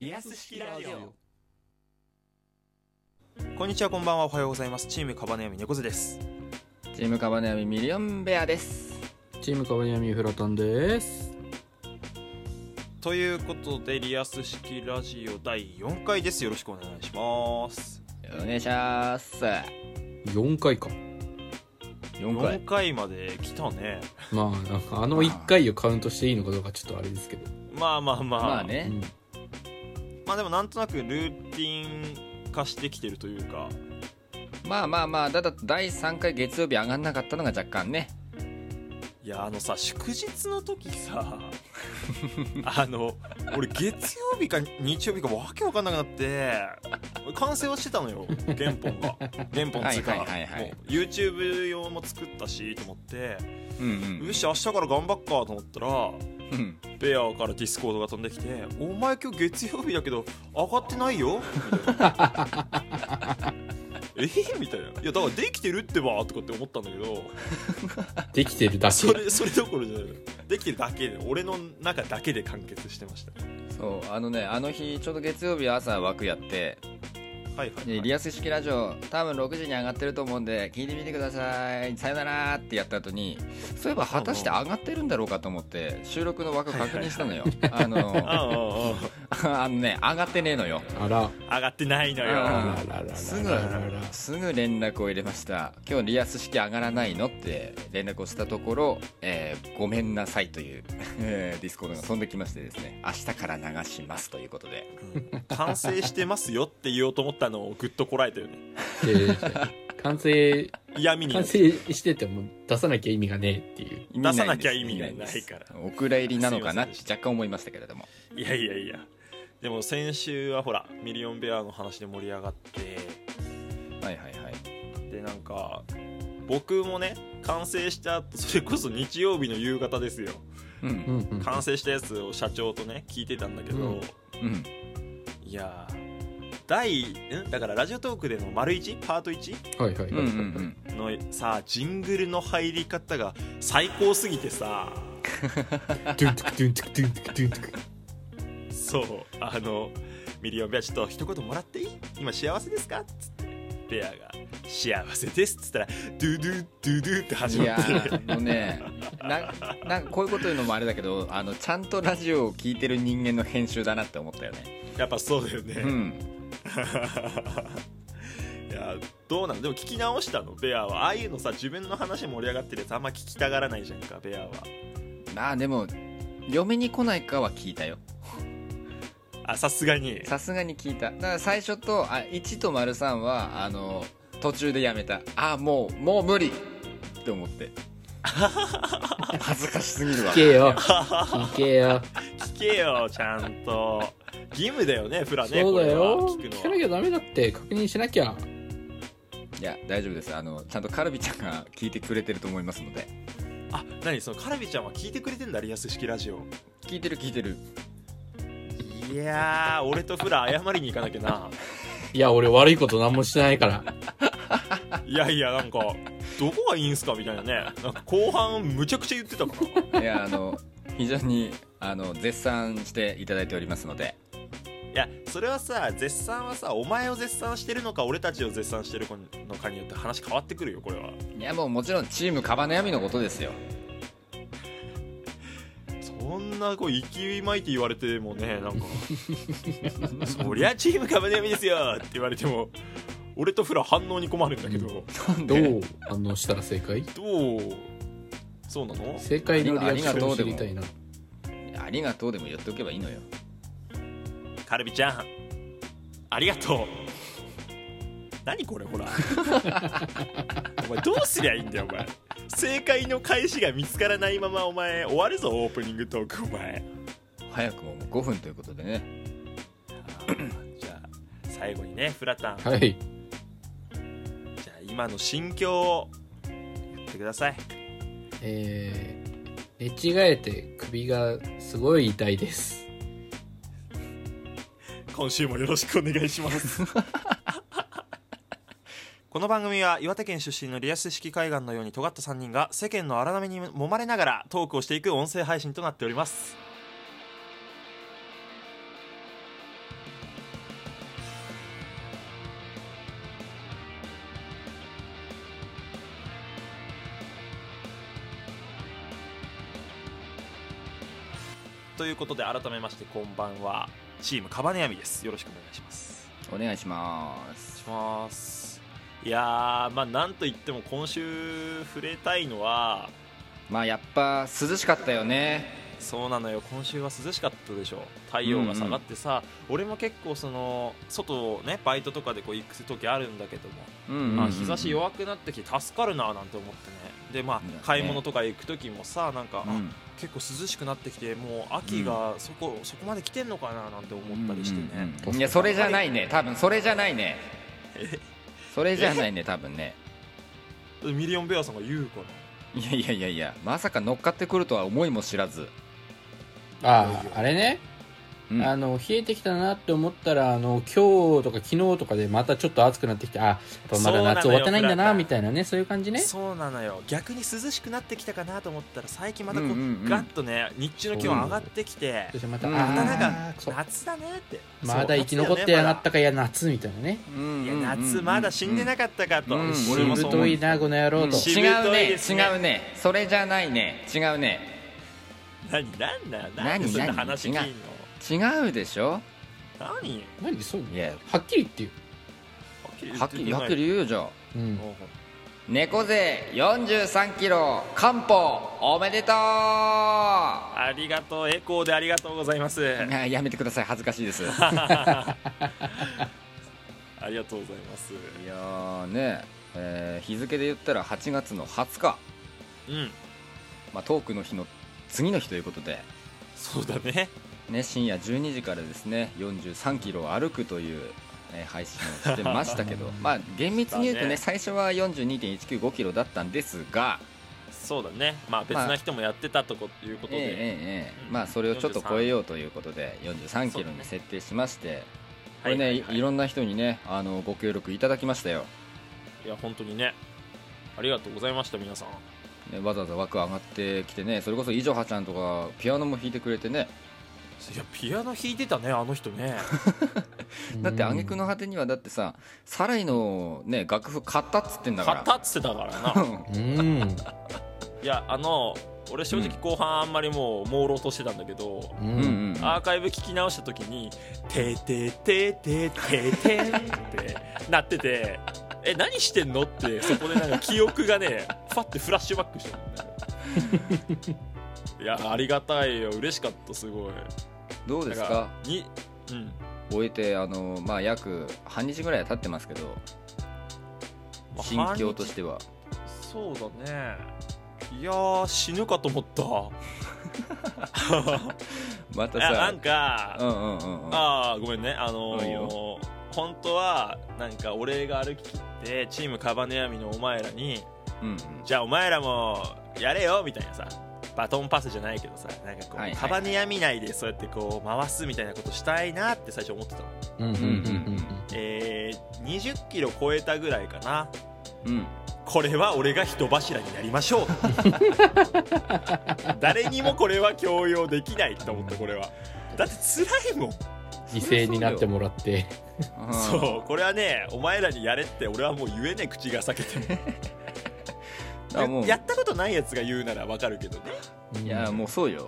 リアス式ラジオこんにちはこんばんはおはようございますチームカバネヤミ猫背ですチームカバネアミミリオンベアですチームカバニヤミフラタンです。ということでリアス式ラジオ第4回ですよろしくお願いしますお願いします4回か。 4 4回回まで来たねまあ、なんかあの1回をカウントしていいのかどうかちょっとあれですけど。まあまあまあまあうねん、まあでもなんとなくルーティン化してきてるというかまあまあまあだだと第3回月曜日上がんなかったのが若干ねいやあのさ祝日の時 さあの俺月曜日か日曜日かわけわかんなくなって俺完成はしてたのよ原本が原本つうかはいはいはいはいもう YouTube 用も作ったしと思ってうんよし明日から頑張っかと思ったらうんうんベアからディスコードが飛んできて「お前今日月曜日だけど上がってないよ」みたいな 「えみたいな「いやだからできてるってば」とかって思ったんだけどできてるだけ。それそれどころじゃないできてるだけで俺の中だけで完結してましたそうあのねあの日ちょうど月曜日朝枠やってはいはい、でリアス式ラジオ多分6時に上がってると思うんで聞いてみてくださいさよならってやった後にそういえば果たして上がってるんだろうかと思って収録の枠確認したのよあの あああ あのね上がってねえのよあら、あ上がってないのうんあらよららららら。すぐすぐ連絡を入れました今日リアス式上がらないのって連絡をしたところ、えーごめんなさいという、えーディスコードが飛んできましてですね明日から流しますということで完成してますよって言おうと思ったのをぐっとこらえたよねで完成、嫌味に完成してても出さなきゃ意味がねえっていう。意味ないんです出さなきゃ意味がないですからお蔵入りなのかなっすいませんでてした若干思いましたけれどもいやいやいやでも先週はほらミリオンベアの話で盛り上がってはいはいはいでなんか僕もね完成した後それこそ日曜日の夕方ですようんうんうん。完成したやつを社長とね聞いてたんだけど、うんうんいやー第んだからラジオトークでの丸一パート1はいはいはい。うんうんうんのさジングルの入り方が最高すぎてさドゥントゥクドゥントゥクドゥントゥクドゥントゥク。そうあのミリオンベアちょっと一言もらっていい今幸せですかっつってベアが「幸せです」っつったら「ドゥドゥドゥドゥ」って始いまやってーあのねななんかこういうこと言うのもあれだけどあのちゃんとラジオを聞いてる人間の編集だなって思ったよねやっぱそうだようね、んいやどうなのでも聞き直したのベアはああいうのさ自分の話盛り上がってるやつあんま聞きたがらないじゃんかベアはまあでも嫁に来ないかは聞いたよあさすがにさすがに聞いただから最初とあ1と丸3はあの途中でやめたあもうもう無理って思って 恥ずかしすぎるわ聞け よ。聞けよ。聞けよちゃんと義務だよねフラねそうだよこ。れは聞聞くかなのきはゃダメだって、確認しなきゃ。いや大丈夫ですあのちゃんとカルビちゃんが聞いてくれてると思いますのであ何そのカラビちゃんは聞いてくれてんだリアス式ラジオ聞いてる聞いてるいやー俺とフラ謝りに行かなきゃないや、俺悪いこと何もしてないから。いやいやなんかどこがいいんすかみたいなねなんか後半むちゃくちゃ言ってたからいやあの非常にあの絶賛していただいておりますのでいやそれはさ絶賛はさお前を絶賛してるのか俺たちを絶賛してるのかによって話変わってくるよこれはいやもうもちろんチームカバ悩みのことですよそんなこう勢いまいて言われてもねなんか「そりゃチームカバネミですよ!」って言われても俺とフラ反応に困るんだけど、なんどでう反応したら正解どうそうなの正解のリアクションを知りたいな。ありがとうでも言っておけばいいのよカルビちゃんありがとう何これほら お前どうすりゃいいんだよお前正解の返しが見つからないままお前終わるぞオープニングトークお前早くももう5分ということでねじゃあ最後にねフラタンじゃはい。あ今の心境を言ってくださいえー、寝違えて首がすごい痛いです。今週もよろしくお願いします この番組は岩手県出身のリアス式海岸のように尖った3人が世間の荒波に揉まれながらトークをしていく音声配信となっておりますということで改めましてこんばんはチームカバネヤミですよろしくお願いしますお願いしますしますいやーまあなんといっても今週触れたいのはまあやっぱ涼しかったよねそうなのよ今週は涼しかったでしょ太陽が下がってさ、俺も結構その外をねバイトとかでこう行く時あるんだけども、うんうんうんあ日差し弱くなってきて助かるななんて思ってねでまあうん買い物とか行く時もさなんか、うあん結構涼しくなってきてもう秋がそこ,、そこまで来てんのかななんて思ったりしてね、うんいやそれじゃないね多分それじゃないねそれじゃないね多分ねミリオンベアさんが言うかないやいやいやいやまさか乗っかってくるとは思いも知らず、あああれね、うんあの冷えてきたなって思ったらあの今日とか昨日とかでまたちょっと暑くなってきてあやっぱまだ夏終わってないんだそなうなのよみたいなねそういう感じねそうなのよ逆に涼しくなってきたかなと思ったら最近またこう、うんうんうんガッとね日中の気温上がってきて、そしてまた、うんあーまたなんクソか夏だねってまだ生き残ってやがったかいや夏みたいなねいや夏まだ死んでなくかったかと、うん俺もしそうぶ思うといなこの野郎と、しぶ違うといねですね違うねそれじゃないね違うね何何だよ何で何そんな何話聞いんの違う違うでしょ何何そういやはっきり言ってよ、はっきりはっりきり言うよじゃあうん、猫背43キロ漢方おめでとうあありがとうエコーでありがとうございます やめてください恥ずかしいですいありがとうございますやーね、えー日付で言ったら8月の20日、うんまあ、トークの日の次の日ということで、そうだねね、深夜12時からですね43キロを歩くという、えー配信をしてました けどまあ厳密に言うとだねね最初は42.195キロだったんですが、そうだねまあ別な人もやってたとこいうことええで、ええええうんまあそれをちょっと43超えようということで43キロに設定しまして、これね、はいいはいはいろんな人にねあのご協力いただきましたよ、いや本当にねありがとうございました皆さんね、わざわざ枠上がってきてねそれこそ以上はちゃんとかピアノも弾いてくれてねいやピアノ弾いてたねあの人ねだって挙句の果てにはだってさサライの、ね、楽譜買ったっつってんだか買らったっつってたからなうんいやあの俺正直後半あんまりもう朦朧としてたんだけど、う うんうんんアーカイブ聞き直した時に「てててててて」ってなってて「え何してんの?」ってそこでなんか記憶がねファってフラッシュバックしてるいやありがたいよ嬉しかったすごいどうですだからにうん終えてあの、まあ、約半日ぐらいは経ってますけどまあ心境としてはそうだねいやー死ぬかと思ったまたいやなさんか、うんうんうんうんああごめんねあのうんーよ本当はなんかお礼が歩ききってチームカバネアミのお前らにうんうんじゃあお前らもやれよみたいなさバトンパスじゃないけどさなんかこう、はいはいはいカバネアミ内でそうやってこう回すみたいなことしたいなって最初思ってたのうんうんうんえー、20キロ超えたぐらいかなうんこれは俺が人柱になりましょう 誰にもこれは強要できないと思ったこれはだって辛いもん犠牲になってもらってうんそうこれはねお前らにやれって俺はもう言えねえ口が裂けても あもうやったことないやつが言うならわかるけどねいやもうそうよ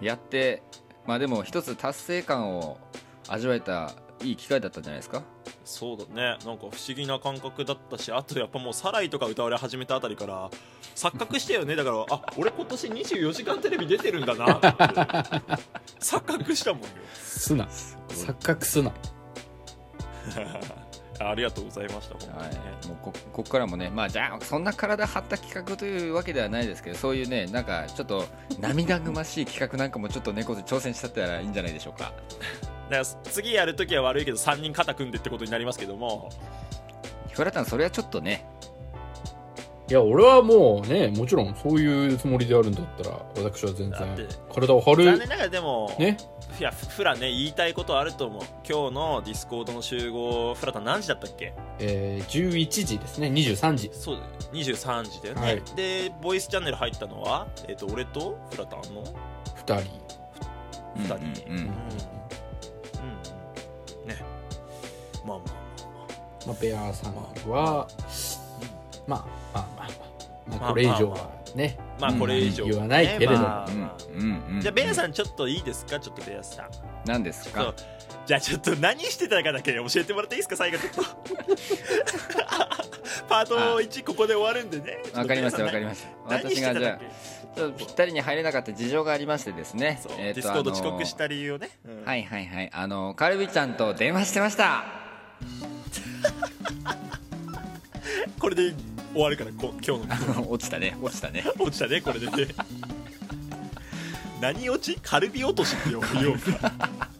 やってまあでも一つ達成感を味わえたいい機会だったんじゃないですかそうだねなんか不思議な感覚だったしあとやっぱもう「サライ」とか歌われ始めたあたりから錯覚したよねだからあ俺今年『24時間テレビ』出てるんだなって錯覚したもんよすな錯覚すなありがとうございました本当はにね、い、もうこここからもね、まあ、じゃあそんな体張った企画というわけではないですけどそういうねなんかちょっと涙ぐましい企画なんかもちょっと猫で挑戦したったらいいんじゃないでしょうかだから次やるときは悪いけど3人肩組んでってことになりますけどもひかれたんそれはちょっとねいや俺はもうねもちろんそういうつもりであるんだったら私は全だっ然て体を張残る念ながらでも、ねいやふフラね言いたいことあると思う今日のディスコードの集合フラタン何時だったっけえー、11時ですね23時そうだよ23時だよね、はいでボイスチャンネル入ったのは、えっと俺とフラタンの2人二人ううんうんうんうんんねまあまあまあ、ベアさんは、まあまあまあまあ、まあ、これ以上はね、ままあこれ以上、ね言わないけれどもまあまあうんうんじゃあベアさんんちょっといいですかちょっとベアさん何ですちょっかとじゃあちょっと何してたかだけ教えてもらっていいですか最後ちょ っとパート1ここで終わるんでねわかりましたわかりましました何して私ただがじゃっけあちょっとぴったりに入れなかった事情がありましてですねそう、えーとディスコードあの遅刻した理由をね、うんはいはいはいあのカルビちゃんと電話してました これで終わるからこ今日の落ちたね落ちたね落ちた ねこれでね何落ちカルビ落としって呼ぶようか